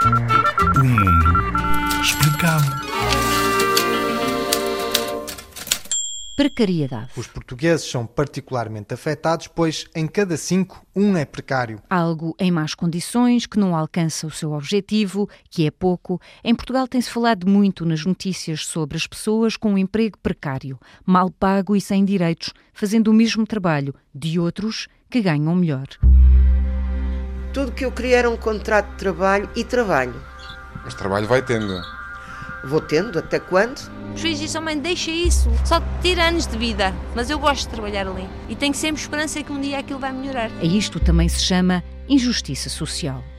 O mundo explicado. Precariedade. Os portugueses são particularmente afetados, pois em cada cinco, um é precário. Algo em más condições, que não alcança o seu objetivo, que é pouco. Em Portugal tem-se falado muito nas notícias sobre as pessoas com um emprego precário, mal pago e sem direitos, fazendo o mesmo trabalho de outros que ganham melhor. Tudo que eu queria era um contrato de trabalho e trabalho. Mas trabalho vai tendo. Vou tendo até quando? Os filhos dizem, "Oh, mãe, deixa isso, só te tira anos de vida. Mas eu gosto de trabalhar ali e tenho sempre esperança que um dia aquilo vai melhorar. A isto também se chama injustiça social.